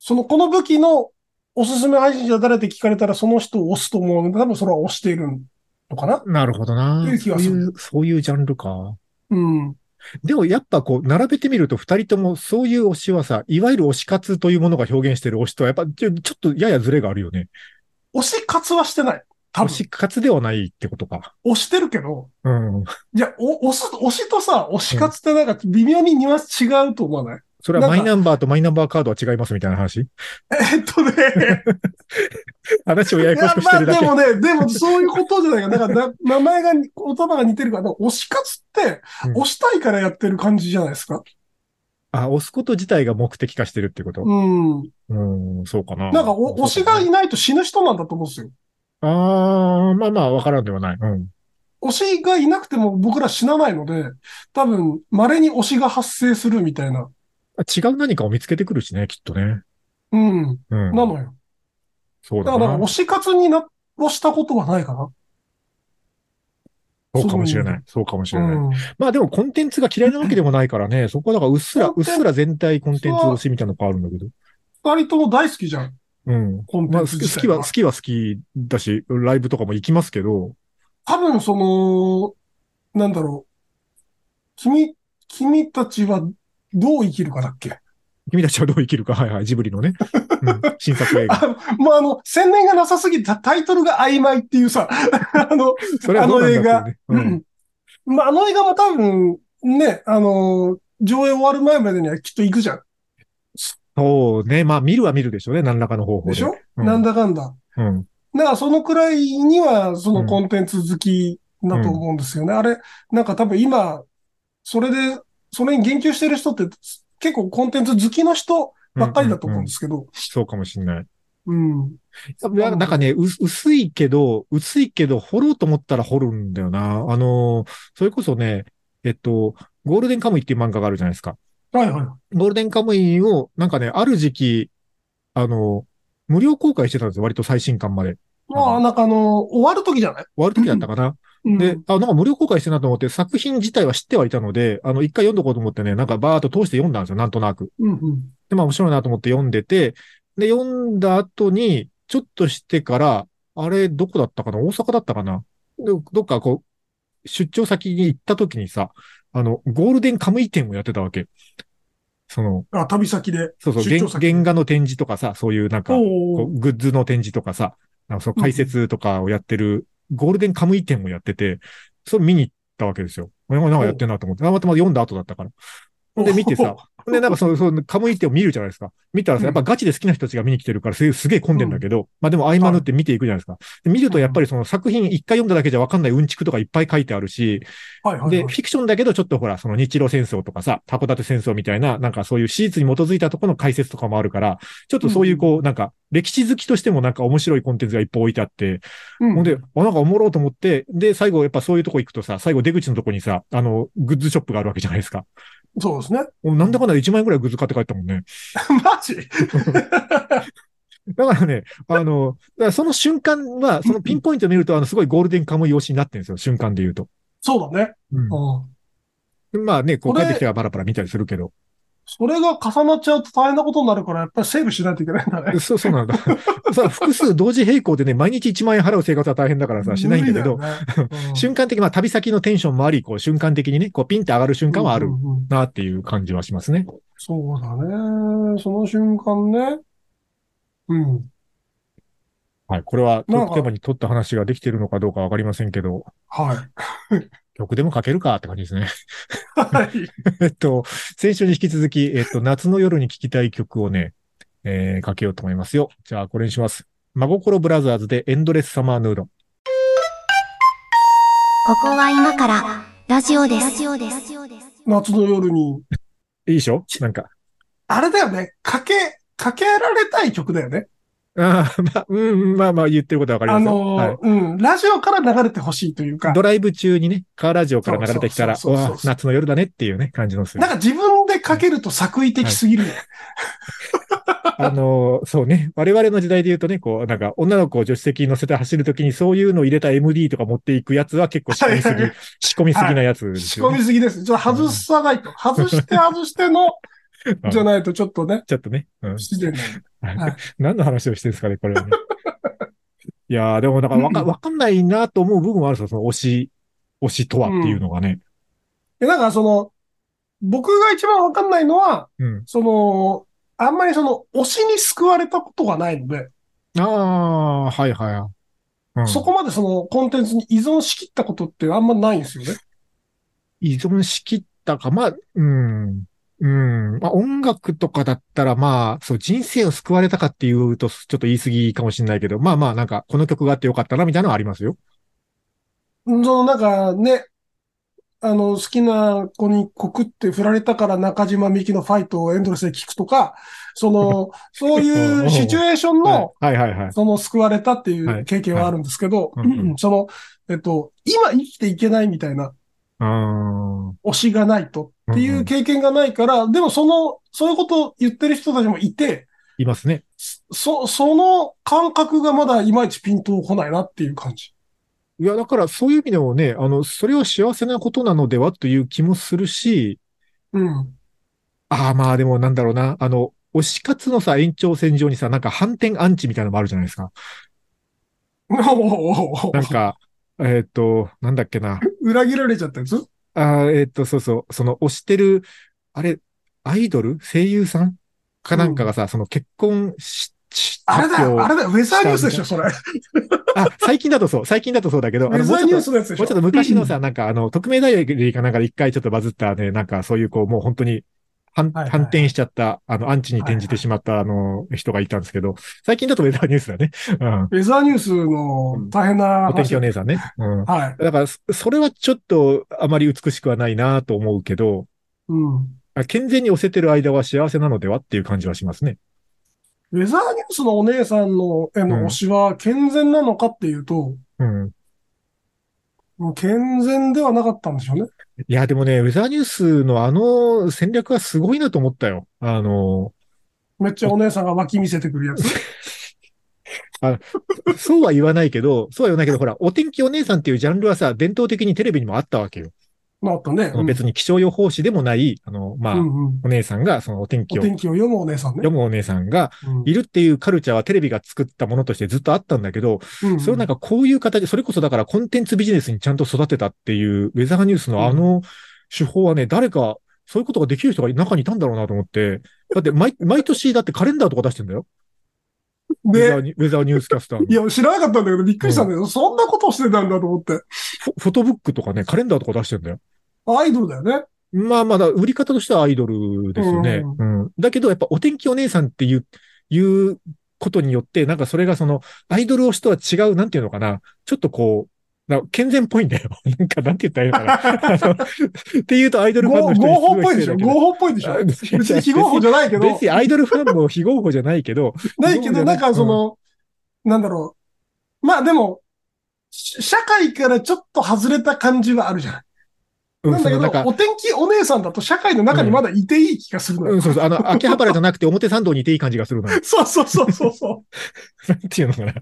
Speaker 3: その、この武器のおすすめ配信者誰って聞かれたらその人を押すと思うので、多分それは押しているのかな
Speaker 2: なるほどな。
Speaker 3: っていう気
Speaker 2: そ
Speaker 3: が
Speaker 2: う
Speaker 3: する
Speaker 2: いう、そういうジャンルか。
Speaker 3: うん。
Speaker 2: でもやっぱこう、並べてみると二人ともそういう推しはさ、いわゆる推し活というものが表現してる推しとはやっぱちょちょっとややズレがあるよね。
Speaker 3: 押し活はしてない。多
Speaker 2: 推
Speaker 3: 分、
Speaker 2: し活ではないってことか。
Speaker 3: 押してるけど、
Speaker 2: うん。
Speaker 3: いや、お押す、押しとさ、押し活ってなんか微妙にニュアンス違うと思わない
Speaker 2: それはマイナンバーとマイナンバーカードは違いますみたいな話 [laughs]
Speaker 3: えっとね、
Speaker 2: 話をやや
Speaker 3: い
Speaker 2: こ
Speaker 3: や
Speaker 2: しくし
Speaker 3: ま
Speaker 2: て
Speaker 3: あ
Speaker 2: るだ
Speaker 3: で
Speaker 2: け。
Speaker 3: もね、でもそういうことじゃないか。なんかな、名前が、言葉が似てるから、でも推し活って、
Speaker 2: うん
Speaker 3: 推したいからやってる感じじゃないですか。
Speaker 2: あ、押すこと自体が目的化してるってこと。
Speaker 3: うん。
Speaker 2: うん、そうかな。
Speaker 3: なんかお、推しがいないと死ぬ人なんだと思うんですよ。
Speaker 2: ああ、まあまあ、わからんではない。うん。
Speaker 3: 推しがいなくても僕ら死なないので、多分、稀に推しが発生するみたいな。
Speaker 2: 違う何かを見つけてくるしね、きっとね。
Speaker 3: うん。
Speaker 2: うん。
Speaker 3: なのよ。
Speaker 2: そう
Speaker 3: だ
Speaker 2: だ
Speaker 3: から、
Speaker 2: な。
Speaker 3: なんか推し活にな、をしたことはないかな。
Speaker 2: そうかもしれない。そうかもしれない。
Speaker 3: うん。
Speaker 2: まあでもコンテンツが嫌いなわけでもないからね、そこはだからうっすら、
Speaker 3: コ
Speaker 2: う
Speaker 3: ン
Speaker 2: っ
Speaker 3: テンツ
Speaker 2: すら全体コンテンツ推しみたいなのがあるんだけど。
Speaker 3: 二人とも大好きじゃん。
Speaker 2: うん。
Speaker 3: コンテ
Speaker 2: まあ
Speaker 3: ン
Speaker 2: 好
Speaker 3: ツ
Speaker 2: き
Speaker 3: 自
Speaker 2: 好き
Speaker 3: 体
Speaker 2: は、好きは好きだし、ライブとかも行きますけど、
Speaker 3: 多分その、なんだろう。君、君たちはどう生きるかだっけ
Speaker 2: 君たちはどう生きるか。はいはい。ジブリのね。うん、新作映画。
Speaker 3: あもうあの、宣伝がなさすぎてタタイトルが曖昧っていうさ、 [laughs] あの、
Speaker 2: それはどうなんだっていうね。
Speaker 3: う
Speaker 2: うん
Speaker 3: んまあ、あの映画も多分、ね、あのー上映終わる前までにはきっと行くじゃん。
Speaker 2: そうね。まあ、見るは見るでしょうね。何らかの方法で。
Speaker 3: でしょ、
Speaker 2: うん
Speaker 3: なんだかんだ。
Speaker 2: うん。
Speaker 3: だから、そのくらいには、そうの
Speaker 2: ん
Speaker 3: コンテンツ好きだと思うんですよね。あれ、なんか多分今、それで、それに言及してる人って、結構コンテンツ好きの人ばっかりだと思うんですけど。
Speaker 2: そうかもしんない。
Speaker 3: うん。
Speaker 2: いやなんかね、う薄いけど、薄いけど、掘ろうと思ったら掘るんだよな。あのー、それこそね、えっと、ゴールデンカムイっていう漫画があるじゃないですか。
Speaker 3: はいはい。
Speaker 2: ゴールデンカムイを、なんかね、ある時期、あの、無料公開してたんですよ。割と最新刊まで。
Speaker 3: まあ、なんかあのー終わる時じゃない
Speaker 2: 終わる時だったかな。
Speaker 3: うん。
Speaker 2: で、あ、なんか無料公開してるなと思って、作品自体は知ってはいたので、あの、一回読んどこうと思ってね、なんかバーっと通して読んだんですよ。なんとなく。
Speaker 3: うんうん。
Speaker 2: で、まあ面白いなと思って読んでて、で、読んだ後に、ちょっとしてから、あれ、どこだったかな大阪だったかなでどっかこう、出張先に行った時にさ、あの、ゴールデンカムイ展をやってたわけ。その、
Speaker 3: あ、旅先で。
Speaker 2: そうそう、
Speaker 3: 出張
Speaker 2: 原
Speaker 3: 先
Speaker 2: 原画の展示とかさ、そういうなんか、こ
Speaker 3: おー
Speaker 2: うグッズの展示とかさ、なんかその解説とかをやってる、ゴールデンカムイ展をやってて、それ見に行ったわけですよ。なんかなんかやってんなと思って、たまたま読んだ後だったから。ほんで見てさ、ほんでなんかその、そのカムイ展を見るじゃないですか。見たら
Speaker 3: うん
Speaker 2: さ、やっぱガチで好きな人たちが見に来てるから、すげえすげえ混んでんだけど、まあでも合間縫って見ていくじゃないですか。で見るとやっぱりその作品一回読んだだけじゃわかんないうんちくとかいっぱい書いてあるし、
Speaker 3: [laughs] はいはいはい。
Speaker 2: で、フィクションだけど、ちょっとほら、その日露戦争とかさ、函館戦争みたいな、なんかそういう史実に基づいたところの解説とかもあるから、ちょっとそういうこう、なんか、歴史好きとしてもなんか面白いコンテンツがいっぱい置いてあって、
Speaker 3: うん
Speaker 2: ほんで、あ、なんかおもろうと思って、で、最後やっぱそういうとこ行くとさ、最後出口のとこにさ、あの、グッズショップがあるわけじゃないですか。
Speaker 3: そうですね。 [laughs]
Speaker 2: おなんだかんだ1万円くらいグッズ買って帰ったもんね。
Speaker 3: マジ
Speaker 2: だからね、あの、だからその瞬間は、そのピンポイントで見ると、あの、すごいゴールデンカムイ推しになってるんですよ、瞬間で言うと。
Speaker 3: そうだね。
Speaker 2: うん
Speaker 3: うん。
Speaker 2: まあね、こう
Speaker 3: こ
Speaker 2: 帰
Speaker 3: れ
Speaker 2: ってきたらバラバラ見たりするけど。
Speaker 3: それが重なっちゃうと大変なことになるから、やっぱりセーブしないといけないんだね。
Speaker 2: そう、そうなん [laughs] だ。さあ、複数同時並行でね、毎日1万円払う生活は大変だからさ、しないんだけど、
Speaker 3: [laughs] [laughs] 無理だよね
Speaker 2: 瞬間的、まあ、旅先のテンションもあり、こう、瞬間的にね、こう、ピンって上がる瞬間はある
Speaker 3: うんうんうん
Speaker 2: なっていう感じはしますね。
Speaker 3: そうだね。その瞬間ね。うん。
Speaker 2: はい。これは、ト
Speaker 3: なん
Speaker 2: ー
Speaker 3: か
Speaker 2: クテーマに取った話ができてるのかどうかわかりませんけど、
Speaker 3: はい。 [laughs]
Speaker 2: 曲でも書けるかって感じですね。
Speaker 3: はい。
Speaker 2: [laughs] えっと、先週に引き続き、えっと、夏の夜に聴きたい曲をね、えー、かけようと思いますよ。じゃあ、これにします。真心ブラザーズでエンドレスサマーヌードン。
Speaker 1: ここは今からラジオです。ラジオです。
Speaker 3: 夏の夜に。
Speaker 2: いいでしょなんか。
Speaker 3: あれだよね。かけ、かけられたい曲だよね。
Speaker 2: ああ、ま [laughs] あ、うん、まあまあ、言ってることはわかりま
Speaker 3: あ
Speaker 2: すよ。
Speaker 3: の
Speaker 2: はい
Speaker 3: ー、うん。ラジオから流れてほしいというか
Speaker 2: ド、ライブ中にね、カーラジオから流れてきたら、う
Speaker 3: そうそうそうそう
Speaker 2: わ、夏の夜だねっていうね、感じのする
Speaker 3: なん。か自分でかけると作為的すぎるね。
Speaker 2: あのー、そうね。我々の時代で言うとね、こう、なんか、女の子を助手席に乗せて走るときに、そういうのを入れた MD とか持っていくやつは結構仕込みす
Speaker 3: はいはい
Speaker 2: ぎ、仕込みすぎなやつ [laughs] です
Speaker 3: 仕
Speaker 2: よ
Speaker 3: 込
Speaker 2: ね。
Speaker 3: みすぎです。ちょっと外さないと。外して外しての、
Speaker 2: [laughs] うん
Speaker 3: じゃないとちょっとね、
Speaker 2: ちょっとね。うん
Speaker 3: 不。自然なんではい
Speaker 2: 何の話をしてるんですかね、これ [laughs] はね。いやー、でも、だからわか、わかんないなと思う部分はあるんですよ。その推し、推しとはっていうのがね。
Speaker 3: で、なんかその、僕が一番わかんないのは、
Speaker 2: うん。
Speaker 3: その、あんまりその、推しに救われたことがないので、
Speaker 2: ああー、はいはい。うん
Speaker 3: そこまでそのコンテンツに依存しきったことってあんまないんですよね。
Speaker 2: 依存しきったか、まあ、うん。うん。まあ、音楽とかだったら、まあ、そう、人生を救われたかっていうと、ちょっと言い過ぎかもしれないけど、まあまあ、なんか、この曲があってよかったな、みたいなのはありますよ。
Speaker 3: そのなんかね、あの、好きな子に告って振られたから中島みゆきのファイトをエンドレスで聞くとか、その、そういうシチュエーションの、
Speaker 2: はいはいはいはい。
Speaker 3: その救われたってい
Speaker 2: は
Speaker 3: う
Speaker 2: い
Speaker 3: 経験はあるんですけど、
Speaker 2: はいうんうん
Speaker 3: その、えっと、今生きていけないみたいな
Speaker 2: うーん。は
Speaker 3: 推しがないとってい
Speaker 2: んう
Speaker 3: うん経験がないから、でもその、そういうことを言ってる人たちもいて、
Speaker 2: いますね。
Speaker 3: そ、その感覚がまだいまいちピンとこないなっていう感じ。
Speaker 2: いや、だから、そういう意味でもね、あの、それは幸せなことなのではという気もするし、
Speaker 3: うん。 [laughs]
Speaker 2: ああ、まあ、でも、なんだろうな、あの、推し活のさ、延長線上にさ、なんか反転アンチみたいなのもあるじゃないですか。
Speaker 3: おーおーおー
Speaker 2: なんか、えっと、なんだっけな。
Speaker 3: 裏切られちゃったやつ
Speaker 2: あーえっと、そうそう、その押してる、あれ、アイドル声優さんかなんかがさ、その結婚し、し
Speaker 3: あれだ
Speaker 2: 発
Speaker 3: よ、あ
Speaker 2: 表
Speaker 3: れだよ、ウェザーニュースでしょ、それ。ウ
Speaker 2: あ最近だとそう、最近だとそうだけど、あ
Speaker 3: ェ
Speaker 2: の、も
Speaker 3: ザ
Speaker 2: う
Speaker 3: ー
Speaker 2: ち
Speaker 3: ニュ
Speaker 2: ょっ
Speaker 3: ー
Speaker 2: と、
Speaker 3: スのやつでし
Speaker 2: もうちょっ
Speaker 3: ょ。
Speaker 2: と昔のさ、なんかあの、匿名ダイアリーかなんかで一回ちょっとバズったね、なんかそういうこう、もう本当に反、
Speaker 3: はいはい
Speaker 2: 反転しちゃった、あの、アンチに転じてしまった、あの、人がいたんですけど、最近だとウェザーニュースだね。うん。
Speaker 3: ウェザーニュースの大変な
Speaker 2: お天気
Speaker 3: 話。
Speaker 2: お姉さんね。うん。
Speaker 3: はい。
Speaker 2: だから、そそれはちょっとあまり美しくはないなと思うけど、
Speaker 3: うん。
Speaker 2: あ健全に押せてる間は幸せなのではっていう感じはしますね。
Speaker 3: ウェザーニュースのお姉さんのへの推しは健全なのかっていうと、
Speaker 2: うん。
Speaker 3: もう健全ではなかったんでしょうね。
Speaker 2: いや、でもね、ウェザーニュースのあの戦略はすごいなと思ったよ。あの、
Speaker 3: めっちゃお姉さんが脇見せてくるやつ。
Speaker 2: そうは言わないけど、そうは言わないけど、ほ
Speaker 3: [laughs]
Speaker 2: ら、お天気お姉さんっていうジャンルはさ、伝統的にテレビにもあったわけよ。
Speaker 3: なったね
Speaker 2: あ。の別に気象予報士でもない、あの、ま
Speaker 3: う
Speaker 2: あ、
Speaker 3: んうん。
Speaker 2: お姉さんが、そのお天
Speaker 3: お
Speaker 2: 気を
Speaker 3: 天気を読むお姉さんね。
Speaker 2: 読むお姉さんが
Speaker 3: うん
Speaker 2: いるっていうカルチャーはテレビが作ったものとしてずっとあったんだけど、
Speaker 3: うん
Speaker 2: それをなんかこういう形、それこそだからコンテンツビジネスにちゃんと育てたっていう、ウェザーニュースのあの手法はね、誰か、そういうことができる人が中にいたんだろうなと思って。だって毎、毎年だってカレンダーとか出してんだよ。ウェザー
Speaker 3: で、
Speaker 2: ニュウェザーニュースキャスターの
Speaker 3: いや、知らなかったんだけど、びっくりしたんだけど、そんなことしてたんだと思って。
Speaker 2: フォ。フォトブックとかね、カレンダーとか出してんだよ。
Speaker 3: アイドルだ
Speaker 2: [laughs]
Speaker 3: よね。
Speaker 2: まあまだ売り方としてはアイドルですよね。うんだけどやっぱお天気お姉さんっていう、いうことによって、なんかそれがそのアイドル推しとは違う、なんていうのかな。ちょっとこう、なんか健全っぽいんだよ。なんかなんて言ったらいいのかな。あのっていうとアイドルファン
Speaker 3: 合
Speaker 2: の人にす
Speaker 3: 法
Speaker 2: ご
Speaker 3: っぽ
Speaker 2: [laughs]
Speaker 3: い
Speaker 2: 失礼
Speaker 3: で
Speaker 2: だ
Speaker 3: しょ
Speaker 2: け
Speaker 3: 合
Speaker 2: ど
Speaker 3: 法っぽいでしょ
Speaker 2: あ
Speaker 3: 別に非合法じゃないけど、
Speaker 2: 別にアイドルファンも非合法じゃないけど、
Speaker 3: ないけ
Speaker 2: そ
Speaker 3: ど、
Speaker 2: うだ
Speaker 3: な
Speaker 2: ね
Speaker 3: んかその、なんだろう。まあでも、し社会からちょっと外れた感じはあるじゃない。
Speaker 2: うん、
Speaker 3: なん
Speaker 2: そ
Speaker 3: だけ
Speaker 2: のなん
Speaker 3: ど、
Speaker 2: か、
Speaker 3: お天気お姉さんだと社会の中にまだいていい気がするの
Speaker 2: う
Speaker 3: よ。
Speaker 2: ん、そうそう、あの、秋葉原じゃなくて表参道にいていい感じがするのよ。
Speaker 3: [laughs] そうそうそうそうそ
Speaker 2: なんていうのかな。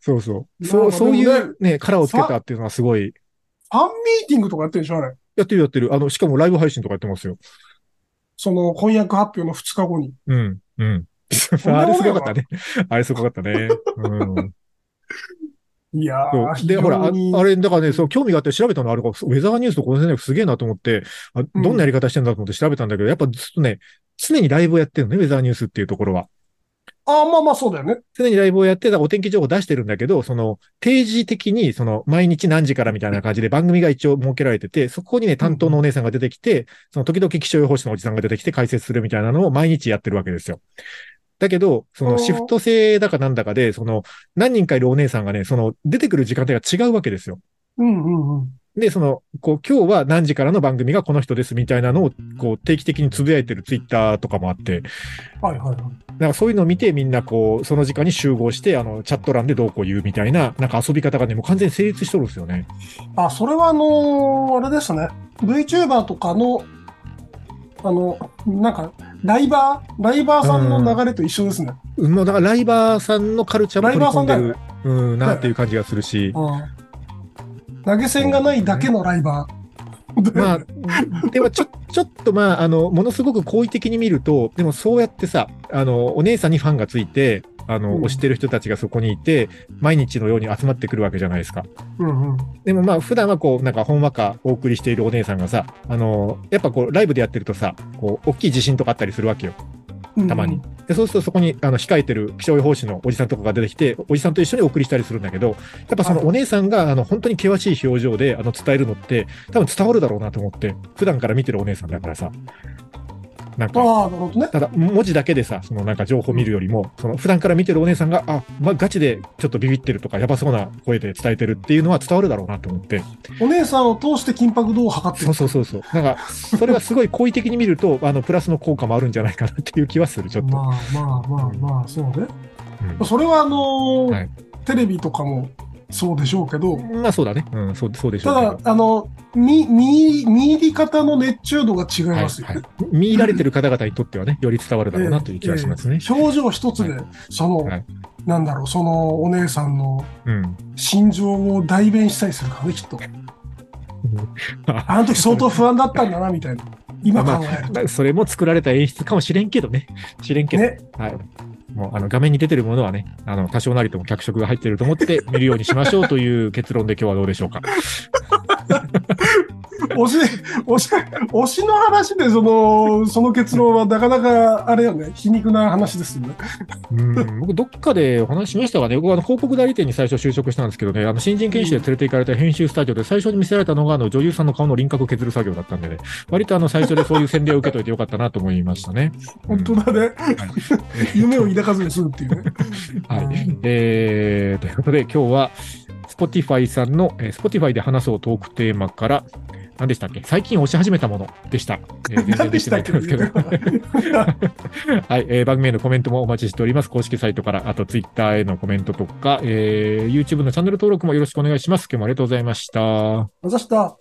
Speaker 2: そうそう。
Speaker 3: ま
Speaker 2: そ
Speaker 3: あ
Speaker 2: う、そうい
Speaker 3: でも
Speaker 2: うね、カラーをつけたっていうのはすごい、
Speaker 3: う。ファンミーティングとかやってるでしょあれ。
Speaker 2: やってるやってる。あの、しかもライブ配信とかやってますよ。
Speaker 3: その婚約発表の2日後に。
Speaker 2: うん、うん。
Speaker 3: んな
Speaker 2: [laughs] あ
Speaker 3: もん
Speaker 2: れ
Speaker 3: や
Speaker 2: すごかったね。あれすごかったね。
Speaker 3: [laughs]
Speaker 2: うん。
Speaker 3: いや
Speaker 2: そ
Speaker 3: ー、
Speaker 2: うで、ほら、あ
Speaker 3: 非常に
Speaker 2: あれ、だからね、そう、興味があって調べたのあるから、ウェザーニュースとこの戦略すげえなと思って、あ
Speaker 3: うん
Speaker 2: どんなやり方してんだと思って調べたんだけど、やっぱずっとね、常にライブをやってるのね、ウェザーニュースっていうところは。
Speaker 3: あ、まあまあそうだよね。
Speaker 2: 常にライブをやって、だからお天気情報出してるんだけど、その、定時的に、その、毎日何時からみたいな感じで番組が一応設けられてて、そこにね、担当のお姉さんが出てきて、その、時々気象予報士のおじさんが出てきて解説するみたいなのを毎日やってるわけですよ。だけど、そ
Speaker 3: お
Speaker 2: の、
Speaker 3: ー
Speaker 2: シフト制だかなんだかで、その、何人かいるお姉さんがね、その、出てくる時間帯が違うわけですよ。
Speaker 3: うんうんうん。
Speaker 2: で、その、こう、今日は何時からの番組がこの人ですみたいなのを、こう、定期的につぶやいてるツイッターとかもあって、
Speaker 3: はいはいはい。
Speaker 2: なんかそういうのを見てみんなこう、その時間に集合して、あの、チャット欄でどうこう言うみたいな、なんか遊び方がね、もう完全に成立しとるんですよね。
Speaker 3: あ、それはあのーあれですね。VTuber とかの、あの、なんか、ライバー、ライバーさんの流れと一緒ですね。
Speaker 2: うん、もうだからライバーさんのカルチャーも取り込んでる、うん、なっていう感じがするし。
Speaker 3: うん投げ銭がないだけのライバー。
Speaker 2: まあ、ではちょ、 [laughs] ちょっとまあ、あの、ものすごく好意的に見ると、でもそうやってさ、あの、お姉さんにファンがついて、あの、
Speaker 3: うん
Speaker 2: 推してる人たちがそこにいて、毎日のように集まってくるわけじゃないですか。
Speaker 3: うんうん。
Speaker 2: でもまあ普段はこうなんかほんわかお送りしているお姉さんがさ、あのーやっぱこうライブでやってるとさ、こう大きい地震とかあったりするわけよ、
Speaker 3: うん
Speaker 2: たまに。。でそうするとそこにあの控えてる気象予報士のおじさんとかが出てきて、おじさんと一緒にお送りしたりするんだけど、やっぱその
Speaker 3: はい
Speaker 2: お姉さんがあの本当に険しい表情であの伝えるのって多分伝わるだろうなと思って、普段から見てるお姉さんだからさ。なんか
Speaker 3: ああ、なるほどね。
Speaker 2: ただ文字だけでさ、そのなんか情報見るよりも、その普段から見てるお姉さんが、あ、まあ、ガチでちょっとビビってるとか、やばそうな声で伝えてるっていうのは伝わるだろうなと思って、
Speaker 3: お姉さんを通して金箔度を測って
Speaker 2: そ
Speaker 3: る
Speaker 2: う。そうそうそう。なんか、それはすごい好意的に見ると、あの、プラスの効果もあるんじゃないかなっていう気はする、ちょっと。
Speaker 3: [laughs] まあまあまあまあ、そうね。
Speaker 2: う
Speaker 3: それはあのー
Speaker 2: はい
Speaker 3: テレビとかもそうでしょうけど、
Speaker 2: ん、まあ、そうだね。うん、そう、そうでしょ
Speaker 3: た
Speaker 2: うけど
Speaker 3: だ、あの、見、見、見入り方の熱中度が違い
Speaker 2: はい、
Speaker 3: ますよね。
Speaker 2: はい。見入られてる方々にとってはね、より伝わるだろうなという気がしますね。
Speaker 3: ええ表情一つで、
Speaker 2: は
Speaker 3: その、
Speaker 2: はい
Speaker 3: なんだろう、そのお姉さんの
Speaker 2: うん。
Speaker 3: 心情を代弁したりするからね、きっと。
Speaker 2: あ
Speaker 3: あの時相当不安だったんだな、みたいな。今考えると。
Speaker 2: それも作られた演出かもしれんけどね。知れんけど。
Speaker 3: ね、
Speaker 2: はい。もう、あの、画面に出てるものはね、あの、多少なりとも脚色が入ってる
Speaker 3: [laughs]
Speaker 2: と思って見るようにしましょうという結論で今日はどうでしょうか。
Speaker 3: 推し、推し、推しの話で、その、その結論はなかなか、あれよね、皮肉な話ですよね。
Speaker 2: うん僕、どっかでお話ししましたがね、僕はあの広告代理店に最初就職したんですけどね、あの新人研修で連れて行かれた編集スタジオで最初に見せられたのが、あの女優さんの顔の輪郭を削る作業だったんでね、割とあの最初でそういう洗礼を受けといてよかったなと思いましたね。
Speaker 3: 本当だね。 [laughs] 夢を抱かずに済むっ
Speaker 2: [laughs]
Speaker 3: ていうね。
Speaker 2: はい。えー、ということで、今日は Spotify さんの、えー Spotify で話そうトークテーマから、何でしたっけ最近推し始めたものでした。えー全然
Speaker 3: [laughs] 何
Speaker 2: で
Speaker 3: で
Speaker 2: き
Speaker 3: してた
Speaker 2: な
Speaker 3: っ
Speaker 2: いと
Speaker 3: け
Speaker 2: 思うんですけど。 [laughs]
Speaker 3: [laughs]
Speaker 2: はい、えー番組へのコメントもお待ちしております。公式サイトから、あとツイッターへのコメントとか、えー YouTube のチャンネル登録もよろしくお願いします。今日もありがとうございました。
Speaker 3: 私だ。